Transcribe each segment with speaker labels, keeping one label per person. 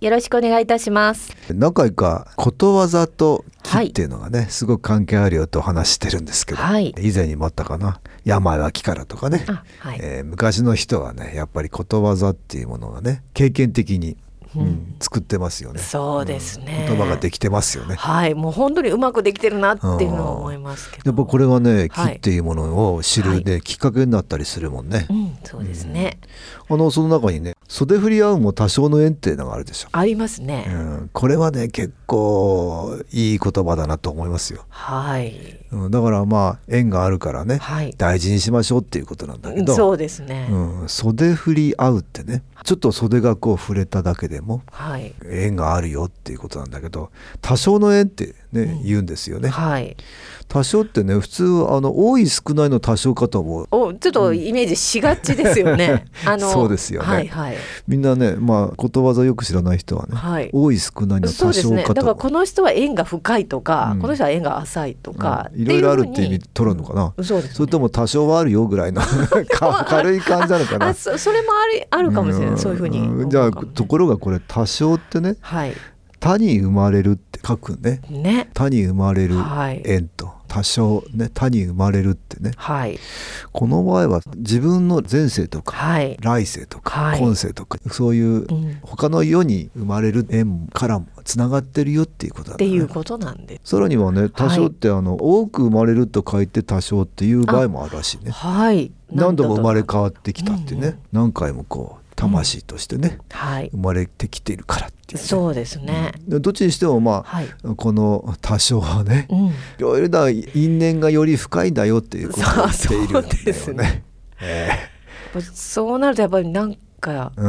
Speaker 1: よろしくお願いいたします。
Speaker 2: 何回かことわざと気っていうのがね、すごく関係あるよと話してるんですけど、
Speaker 1: はい
Speaker 2: 以前にもあったかな病は気からとかね、
Speaker 1: あ、はい、
Speaker 2: えー昔の人はねやっぱりことわざっていうものがね経験的に、うん作ってますよね
Speaker 1: そうですね
Speaker 2: 言葉ができてますよね
Speaker 1: はい、もう本当にうまくできてるなっていうのを思いますけど。
Speaker 2: やっぱこれはね木
Speaker 1: はい
Speaker 2: っていうものを知るね、きっかけになったりするもんね、
Speaker 1: うん、そうですね。
Speaker 2: あのその中にね袖振り合うも多少の縁っていうのがあるでしょ、
Speaker 1: あります
Speaker 2: う
Speaker 1: ね。
Speaker 2: ん、これはね結構いい言葉だなと思いますよ、
Speaker 1: はい、
Speaker 2: うん、だからまあ縁があるからね、
Speaker 1: はい、
Speaker 2: 大事にしましょうっていうことなんだけど
Speaker 1: そうですね。
Speaker 2: うん、袖振り合うってねちょっと袖がこう触れただけでも
Speaker 1: はい、
Speaker 2: 縁があるよっていうことなんだけど多少の縁ってね、言うんですよね
Speaker 1: はい。
Speaker 2: 多少ってね普通あの多い少ないの多少かと思う
Speaker 1: お、ちょっとイメージしがちですよね。あの、
Speaker 2: そうですよね
Speaker 1: はい、はい、
Speaker 2: みんなねまあことわざよく知らない人はね、
Speaker 1: はい。
Speaker 2: 多い少ないの
Speaker 1: そ
Speaker 2: 多
Speaker 1: うです
Speaker 2: 少
Speaker 1: ね。
Speaker 2: か
Speaker 1: だか
Speaker 2: と
Speaker 1: らこの人は縁が深いとか、
Speaker 2: うん
Speaker 1: この人は縁が浅いとか、
Speaker 2: うんいろいろあるって意味取るのかな、
Speaker 1: な。そうです、ね。
Speaker 2: それとも多少はあるよぐらいの か 軽い感じなのかな
Speaker 1: あ、そそれもあるあるかもしれない。
Speaker 2: ん
Speaker 1: そういうふうに思うかもね、
Speaker 2: んじゃあところがこれ多少ってね
Speaker 1: はい。
Speaker 2: 他に生まれるって書くね
Speaker 1: ね。
Speaker 2: 他に生まれる
Speaker 1: はい。
Speaker 2: 縁と多少ね他に生まれるってね
Speaker 1: はい。
Speaker 2: この場合は自分の前世とか
Speaker 1: はい。
Speaker 2: 来世とか
Speaker 1: はい
Speaker 2: 今世とかそういう
Speaker 1: うん
Speaker 2: 他の世に生まれる縁からもつながってるよっていうことなん
Speaker 1: っ
Speaker 2: だ
Speaker 1: て
Speaker 2: ね
Speaker 1: いうことなんで。
Speaker 2: さらにはね多少ってあの多く生まれると書いて多少っていう場合もあるらしいね
Speaker 1: はい。
Speaker 2: 何度も生まれ
Speaker 1: なんだ
Speaker 2: 変わってきたってね、
Speaker 1: うんうん
Speaker 2: 何回もこう魂としてね、
Speaker 1: とはい
Speaker 2: 生。まれてきているからっていうね、
Speaker 1: そうですね。
Speaker 2: でどっちにしてもまあ、
Speaker 1: はい。
Speaker 2: この多少はね、
Speaker 1: うん。
Speaker 2: いろいろな因縁がより深いんだよっていうことを言っているんだよね。
Speaker 1: そうですね
Speaker 2: え
Speaker 1: そうなるとやっぱりなんか
Speaker 2: えう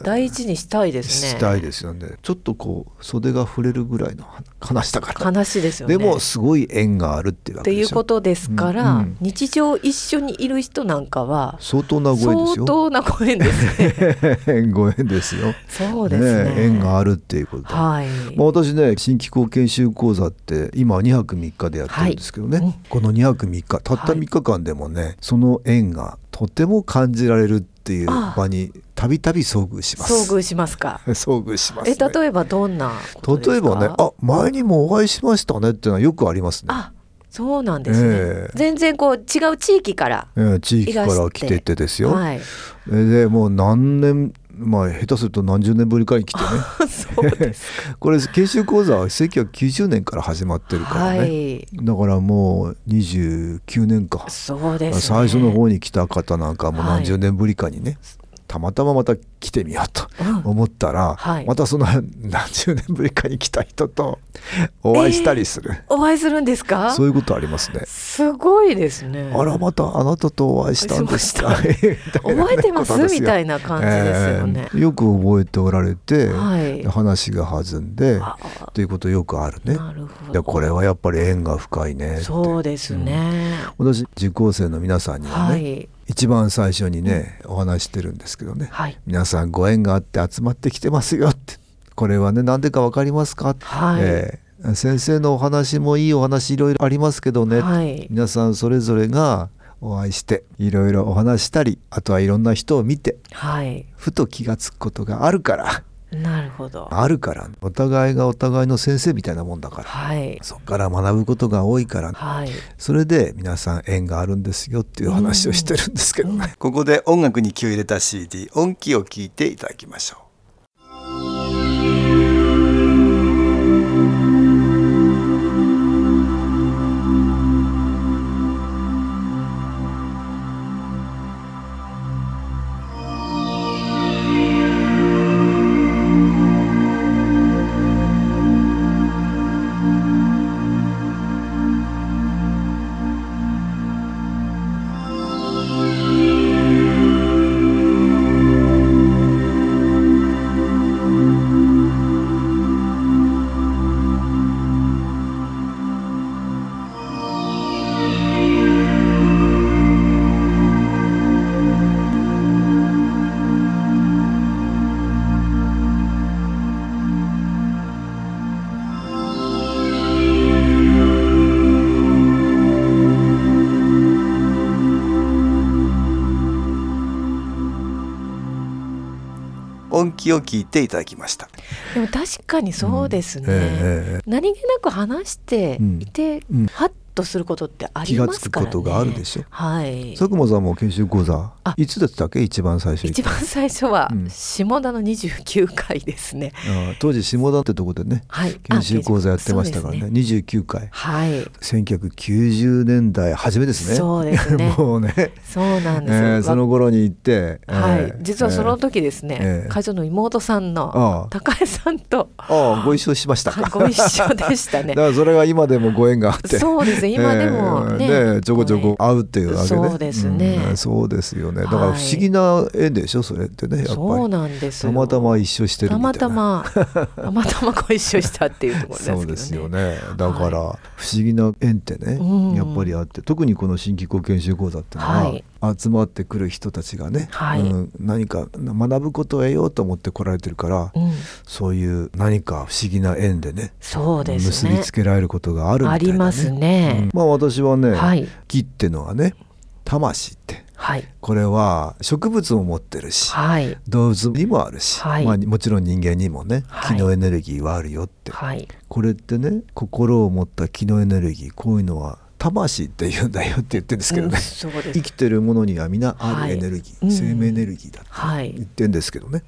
Speaker 2: ん
Speaker 1: 大事にしたいですね。
Speaker 2: したいですよね。ちょっとこう袖が触れるぐらいの話だから。
Speaker 1: 話ですよね。
Speaker 2: でもすごい縁があるっていうわ
Speaker 1: っ
Speaker 2: け
Speaker 1: てい
Speaker 2: で
Speaker 1: う
Speaker 2: しょ
Speaker 1: こ。とですから、
Speaker 2: うんうん
Speaker 1: 日常一緒にいる人なんかは
Speaker 2: 相当なご縁です
Speaker 1: 相
Speaker 2: よ。
Speaker 1: 当なご縁ですね。
Speaker 2: ご 縁ですよ。
Speaker 1: そうですね。
Speaker 2: え縁があるっていうことだ。
Speaker 1: はい。
Speaker 2: まあ、私ね新機構研修講座って今2泊3日でやってるんですけどね、
Speaker 1: はいうん
Speaker 2: この2泊3日たった
Speaker 1: はい
Speaker 2: 3日間でもね、その縁がとても感じられるっていう
Speaker 1: ああ
Speaker 2: 場にたびたび遭遇します
Speaker 1: 遭遇しますか。
Speaker 2: 遇 遭遇します、ね、
Speaker 1: え例えばどんなことですか。
Speaker 2: 例えばねあ前にもお会いしましたねっていうのはよくありますね、
Speaker 1: あそうなんですね、
Speaker 2: ええ
Speaker 1: 全然こう違う地域から
Speaker 2: えー地域から来ててですよ、
Speaker 1: はい
Speaker 2: えーでもう何年まあ下手すると何十年ぶりかに来てね
Speaker 1: そ うです
Speaker 2: これ研修講座は1990年から始まってるからね、
Speaker 1: はい
Speaker 2: だからもう29年か
Speaker 1: そうです、ね、
Speaker 2: 最初の方に来た方なんかもう
Speaker 1: は
Speaker 2: 何
Speaker 1: い
Speaker 2: 十年ぶりかにね、たまたままた来てみようと
Speaker 1: うん
Speaker 2: 思ったら、
Speaker 1: はい
Speaker 2: またその何十年ぶりかに来た人とお会いしたりする、
Speaker 1: お会いするんですか
Speaker 2: そういうことありますね。
Speaker 1: すごいですね
Speaker 2: あらまたあなたとお会いしたんですか
Speaker 1: し
Speaker 2: みたい な
Speaker 1: 覚えてます
Speaker 2: ことですよ
Speaker 1: みたいな感じですよね
Speaker 2: え、ーよく覚えておられて、
Speaker 1: はい
Speaker 2: 話が弾んで
Speaker 1: あ
Speaker 2: ということよくあるね。
Speaker 1: なる
Speaker 2: で
Speaker 1: ほど
Speaker 2: これはやっぱり縁が深いねって
Speaker 1: そうですね、
Speaker 2: 私受講生の皆さんにはね、
Speaker 1: はい
Speaker 2: 一番最初にね、お話ししてるんですけどね、
Speaker 1: はい
Speaker 2: 皆さんご縁があって集まってきてますよってこれはねなんでかわかりますか、
Speaker 1: はい
Speaker 2: えー先生のお話もいいお話いろいろありますけどね、
Speaker 1: はい
Speaker 2: 皆さんそれぞれがお会いしていろいろお話したりあとはいろんな人を見て
Speaker 1: はい
Speaker 2: ふと気がつくことがあるから
Speaker 1: なるほど
Speaker 2: あるからお互いがお互いの先生みたいなもんだから
Speaker 1: はい
Speaker 2: そこから学ぶことが多いから
Speaker 1: はい
Speaker 2: それで皆さん縁があるんですよっていう話をしてるんですけどね、ここで音楽に気を入れ た CD 音気を聞いていただきましょう
Speaker 3: 「
Speaker 4: 音気を聞いていただきました
Speaker 1: でも確かにそうですね、
Speaker 2: ええ
Speaker 1: 何気なく話していて、
Speaker 2: うんうん
Speaker 1: ハッとすることってあ
Speaker 2: 気
Speaker 1: り
Speaker 2: が
Speaker 1: ま
Speaker 2: つ
Speaker 1: す
Speaker 2: く
Speaker 1: から
Speaker 2: こ
Speaker 1: ね
Speaker 2: とがあるでしょ。
Speaker 1: はい
Speaker 2: 佐久間さんも研修講座
Speaker 1: あ
Speaker 2: いつだったっけ一番最初行った
Speaker 1: 一番最初は
Speaker 2: うん
Speaker 1: 下田の29回ですね、
Speaker 2: あー当時下田ってとこでね
Speaker 1: はい
Speaker 2: 研修講座やってましたから
Speaker 1: あ
Speaker 2: ね
Speaker 1: そうです
Speaker 2: 29回
Speaker 1: はい
Speaker 2: 1990年代初めですね
Speaker 1: そうですね
Speaker 2: もうね、
Speaker 1: そうなん
Speaker 2: え
Speaker 1: ですよ、
Speaker 2: ーその頃に行って、
Speaker 1: はい、
Speaker 2: えー
Speaker 1: 実はその時ですね、
Speaker 2: ええ
Speaker 1: 会長の妹さんの
Speaker 2: ああ
Speaker 1: 高江さんと
Speaker 2: ああご一緒しましたか
Speaker 1: ご一緒でしたね
Speaker 2: だからそれが今でもご縁があって
Speaker 1: そうですね今でもね,、
Speaker 2: えーねちょこちょこ会うっていうわけね
Speaker 1: そうですね
Speaker 2: んそうですよねだから不
Speaker 1: はい
Speaker 2: 思議な縁でしょそれってねやっぱり
Speaker 1: そうなんですよ
Speaker 2: たまたま一緒してるみた
Speaker 1: た
Speaker 2: いな
Speaker 1: またまたまたまご一緒したっていうところですけどね
Speaker 2: そうですよねだから不思議な縁ってね、
Speaker 1: うん
Speaker 2: やっぱりあって特にこの新機構研修講座ってのは、
Speaker 1: はい
Speaker 2: 集まってくる人たちがね、
Speaker 1: はい
Speaker 2: うん何か学ぶことを得ようと思って来られてるから、
Speaker 1: うん、
Speaker 2: そういう何か不思議な縁でね
Speaker 1: そうです
Speaker 2: 結
Speaker 1: ね
Speaker 2: びつけられることがあるみた
Speaker 1: あ
Speaker 2: いな、ね、
Speaker 1: ります
Speaker 2: うん
Speaker 1: ね、
Speaker 2: まあ私はね、
Speaker 1: はい
Speaker 2: 木ってのはね魂って
Speaker 1: はい
Speaker 2: これは植物も持ってるし、
Speaker 1: はい
Speaker 2: 動物にもあるし、
Speaker 1: はい
Speaker 2: まあ、もちろん人間にもね気
Speaker 1: はい
Speaker 2: のエネルギーはあるよって、
Speaker 1: はい
Speaker 2: これってね心を持った気のエネルギーこういうのは魂って言うんだよって言ってるんですけど
Speaker 1: うん
Speaker 2: ね、
Speaker 1: そうです
Speaker 2: 生きてるものには皆あるエネルギー、
Speaker 1: はいうん
Speaker 2: 生命エネルギーだって
Speaker 1: はい
Speaker 2: 言ってるんですけどね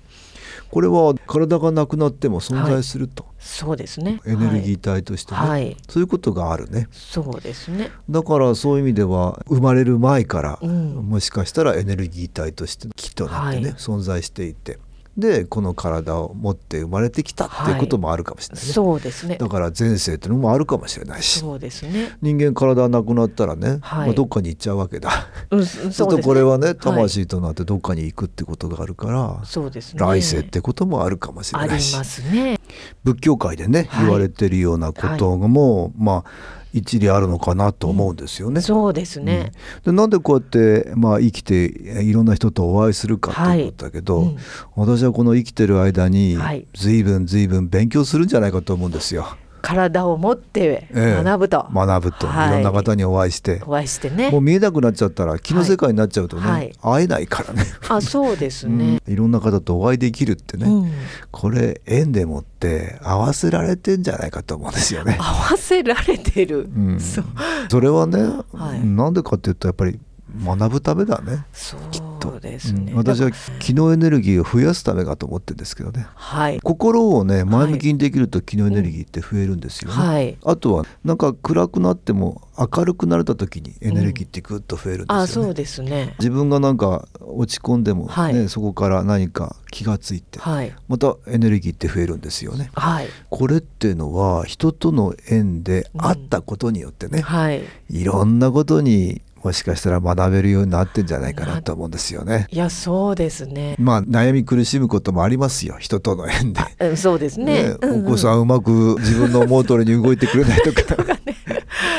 Speaker 2: これは体がなくなっても存在すると、
Speaker 1: そうですね
Speaker 2: エネルギー
Speaker 1: ー
Speaker 2: 体としてね、
Speaker 1: はい
Speaker 2: そういうことがあるね
Speaker 1: そうですね
Speaker 2: だからそういう意味では生まれる前から、
Speaker 1: うん
Speaker 2: もしかしたらエネルギー体として木となってね、
Speaker 1: はい
Speaker 2: 存在していてでこの体を持って生まれてきたっていうこともあるかもしれないね、
Speaker 1: そうですね
Speaker 2: だから前世っていうのもあるかもしれないし
Speaker 1: そうですね
Speaker 2: 人間体なくなったらね、
Speaker 1: はい
Speaker 2: まあ、どっかに行っちゃうわけだ。
Speaker 1: うん
Speaker 2: そ
Speaker 1: そ
Speaker 2: す
Speaker 1: ううです
Speaker 2: ると
Speaker 1: ね
Speaker 2: これはね
Speaker 1: い
Speaker 2: 魂となってどっかに行くってことがあるから、
Speaker 1: そうですね
Speaker 2: 来世ってこともあるかもしれ
Speaker 1: あり
Speaker 2: ないし
Speaker 1: ますね
Speaker 2: 仏教界でね、
Speaker 1: はい
Speaker 2: 言われてるようなことも、まあ一理あるのかなと思うんですよね。
Speaker 1: そうですね、
Speaker 2: うんでなんでこうやって、まあ、生きていろんな人とお会いするかと思ったけど、
Speaker 1: はいうん
Speaker 2: 私はこの生きてる間に
Speaker 1: はい
Speaker 2: 随分随分勉強するんじゃないかと思うんですよ。
Speaker 1: 体を持って
Speaker 2: ええ
Speaker 1: 学ぶと、
Speaker 2: 学ぶと、
Speaker 1: はい
Speaker 2: い、ろんな方にお会いして、
Speaker 1: お会いしてね
Speaker 2: もう見えなくなっちゃったら気の世界になっちゃうとね、
Speaker 1: はい
Speaker 2: 会えないからね。
Speaker 1: あそうですね、
Speaker 2: うんいろんな方とお会いできるってね、
Speaker 1: うん
Speaker 2: これ縁でもって合わせられてんじゃないかと思うんですよね。
Speaker 1: 合わせられてる、
Speaker 2: うん
Speaker 1: そう
Speaker 2: それはね、
Speaker 1: はい
Speaker 2: なんでかっていうとやっぱり学ぶためだね。
Speaker 1: そうですね、
Speaker 2: うん私は気のエネルギーを増やすためかと思ってるんですけどね
Speaker 1: はい
Speaker 2: 心をね前向きにできると気のエネルギーって増えるんですよね、
Speaker 1: はい
Speaker 2: あとはなんか暗くなっても明るくなれた時にエネルギーってぐっと増えるんですよね、
Speaker 1: あそうですね
Speaker 2: 自分がなんか落ち込んでも、ね
Speaker 1: はい
Speaker 2: そこから何か気がついて、
Speaker 1: はい
Speaker 2: またエネルギーって増えるんですよね
Speaker 1: はい
Speaker 2: これっていうのは人との縁で会ったことによってね、
Speaker 1: はい
Speaker 2: いろんなことにもしかしたら学べるようになってんじゃないかなと思うんですよね
Speaker 1: いやそうですね
Speaker 2: まあ悩み苦しむこともありますよ人との縁で。
Speaker 1: うんそうですね
Speaker 2: ね
Speaker 1: うんうん
Speaker 2: お子さんうまく自分の思う通りに動いてくれないと か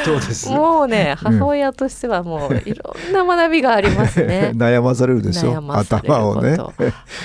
Speaker 2: どうです
Speaker 1: もうね
Speaker 2: うん
Speaker 1: 母親としてはもういろんな学びがあります ね
Speaker 2: 悩まされるでしょ
Speaker 1: 悩まされる
Speaker 2: 頭
Speaker 1: こ
Speaker 2: をね。
Speaker 1: と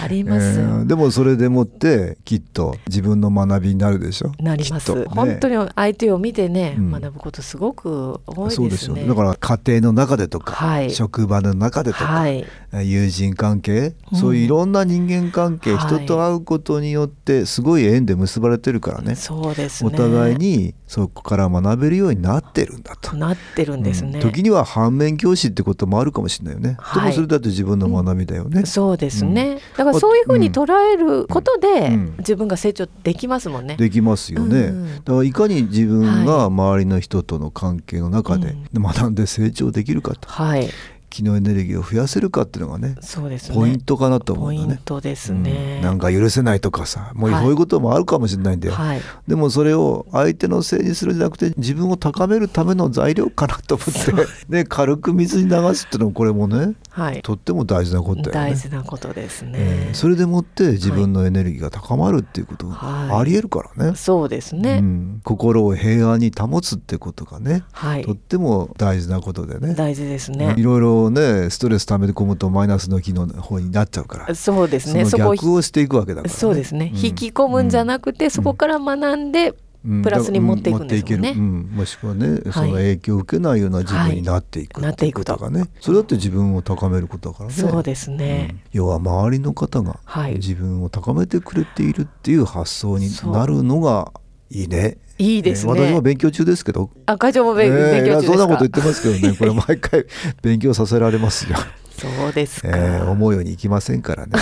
Speaker 1: あります、
Speaker 2: えーでもそれでもってきっと自分の学びになるでしょ
Speaker 1: なりま
Speaker 2: きっ
Speaker 1: す、
Speaker 2: とね
Speaker 1: 本当に相手を見てね、
Speaker 2: うん
Speaker 1: 学ぶことすごく多いですね
Speaker 2: そうですよねだから家庭の中でとか、
Speaker 1: はい
Speaker 2: 職場の中でとか、
Speaker 1: はい
Speaker 2: 友人関係、
Speaker 1: うん
Speaker 2: そういういろんな人間関係、
Speaker 1: はい
Speaker 2: 人と会うことによってすごい縁で結ばれてるからね
Speaker 1: そうですね
Speaker 2: お互いにそこから学べるようになってるんだと。
Speaker 1: なってるんですね、
Speaker 2: うん時には反面教師ってこともあるかもしれないよね。
Speaker 1: はい
Speaker 2: でもそれだって自分の学びだよね。
Speaker 1: そうです
Speaker 2: う
Speaker 1: ね、だからそういうふうに捉えることで、
Speaker 2: うん
Speaker 1: 自分が成長できますもんね。
Speaker 2: できますよね、
Speaker 1: うんうん
Speaker 2: だからいかに自分が周りの人との関係の中で学んで成長できるかと、
Speaker 1: はい、
Speaker 2: 気のエネルギーを増やせるかっていうのがね
Speaker 1: そうですね。
Speaker 2: ポイントかなと思う
Speaker 1: ポイ
Speaker 2: んだ
Speaker 1: ン
Speaker 2: ね。
Speaker 1: トですね。
Speaker 2: うんなんか許せないとかさもう
Speaker 1: はい
Speaker 2: そういうこともあるかもしれないんだよ、
Speaker 1: はい、
Speaker 2: でもそれを相手のせいにするんじゃなくて自分を高めるための材料かなと思って、ね、軽く水に流すっていうのもこれもね
Speaker 1: はい、
Speaker 2: とっても大事なことだよ
Speaker 1: 大
Speaker 2: ね。
Speaker 1: 事なことです
Speaker 2: え
Speaker 1: ね
Speaker 2: ー。それでもって自分のエネルギーが高まるっていうこと
Speaker 1: はい
Speaker 2: がありえるからね,、
Speaker 1: そうですね。
Speaker 2: うん、心を平安に保つってことがね、
Speaker 1: はい
Speaker 2: とっ、ても大事なことでね
Speaker 1: 大事です
Speaker 2: い
Speaker 1: ね。
Speaker 2: ろいろねストレス溜め込むとマイナスの気の方になっちゃうから
Speaker 1: そうですね。
Speaker 2: そ
Speaker 1: そ
Speaker 2: の
Speaker 1: こを
Speaker 2: 逆をしていくわけだから、
Speaker 1: そうですね、
Speaker 2: うん
Speaker 1: 引き込むんじゃなくて、そこから学んで
Speaker 2: うん
Speaker 1: プラスに持っていくんですもんね
Speaker 2: だからうん持っていけるうんもしくはね、
Speaker 1: い
Speaker 2: その影響を受けないような自分になっていく、
Speaker 1: はいなっていく
Speaker 2: こと
Speaker 1: と
Speaker 2: がねそれだって自分を高めることだからね
Speaker 1: そうですね、
Speaker 2: うん要は周りの方が
Speaker 1: はい
Speaker 2: 自分を高めてくれているっていう発想になるのがいいね。
Speaker 1: いいですね
Speaker 2: えー私は勉強中ですけど。
Speaker 1: あ会長も勉,、
Speaker 2: えー
Speaker 1: 勉強中ですか
Speaker 2: そんなこと言ってますけどね。これ毎 回勉強させられますよ。
Speaker 1: そうです
Speaker 2: え
Speaker 1: か、
Speaker 2: ー思うようにいきませんから ね。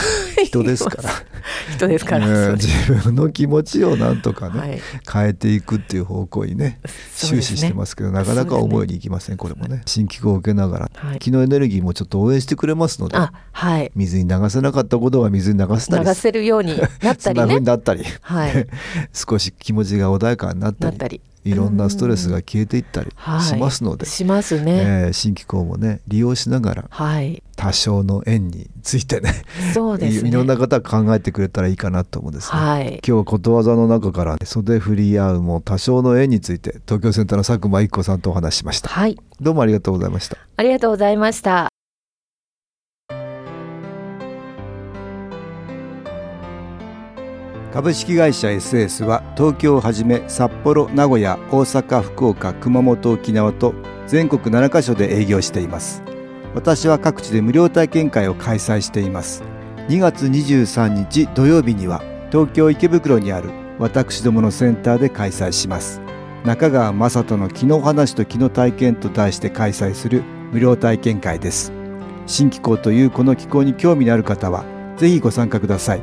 Speaker 2: 人ですから。
Speaker 1: 人ですから、
Speaker 2: えー
Speaker 1: そうです
Speaker 2: 自分の気持ちをなんとかね、
Speaker 1: はい
Speaker 2: 変えていくっていう方向にね
Speaker 1: そう
Speaker 2: 終
Speaker 1: です
Speaker 2: 始
Speaker 1: ね
Speaker 2: してますけどなかなか思うようにいきません、これもね新機構を受けながら、
Speaker 1: はい
Speaker 2: 気のエネルギーもちょっと応援してくれますので
Speaker 1: あはい
Speaker 2: 水に流せなかったことは水に流せたり
Speaker 1: 流せるようになった
Speaker 2: そん
Speaker 1: り
Speaker 2: な風
Speaker 1: ね
Speaker 2: になったり、
Speaker 1: はい
Speaker 2: 少し気持ちが穏やかになった
Speaker 1: な
Speaker 2: り
Speaker 1: ったり
Speaker 2: いろんなストレスが消えていったり
Speaker 1: はい
Speaker 2: しますので、
Speaker 1: しますね、
Speaker 2: えー新機構もね利用しながら
Speaker 1: はい
Speaker 2: 多少の縁についてね
Speaker 1: そうですね
Speaker 2: いいろ んな方が考えてくれたらいいかなと思うんですね。
Speaker 1: はい
Speaker 2: 今日ことわざの中から袖振り合うも多少の縁について東京センターの佐久間一子さんとお話ししました
Speaker 1: はい
Speaker 2: どうもありがとうございました
Speaker 1: ありがとうございました
Speaker 4: 株式会社 SS は東京をはじめ札幌名古屋大阪福岡熊本沖縄と全国7カ所で営業しています私は各地で無料体験会を開催しています2月23日土曜日には東京池袋にある私どものセンターで開催します中川雅人の気の話と気の体験と題して開催する無料体験会です新機構というこの機構に興味のある方はぜひご参加ください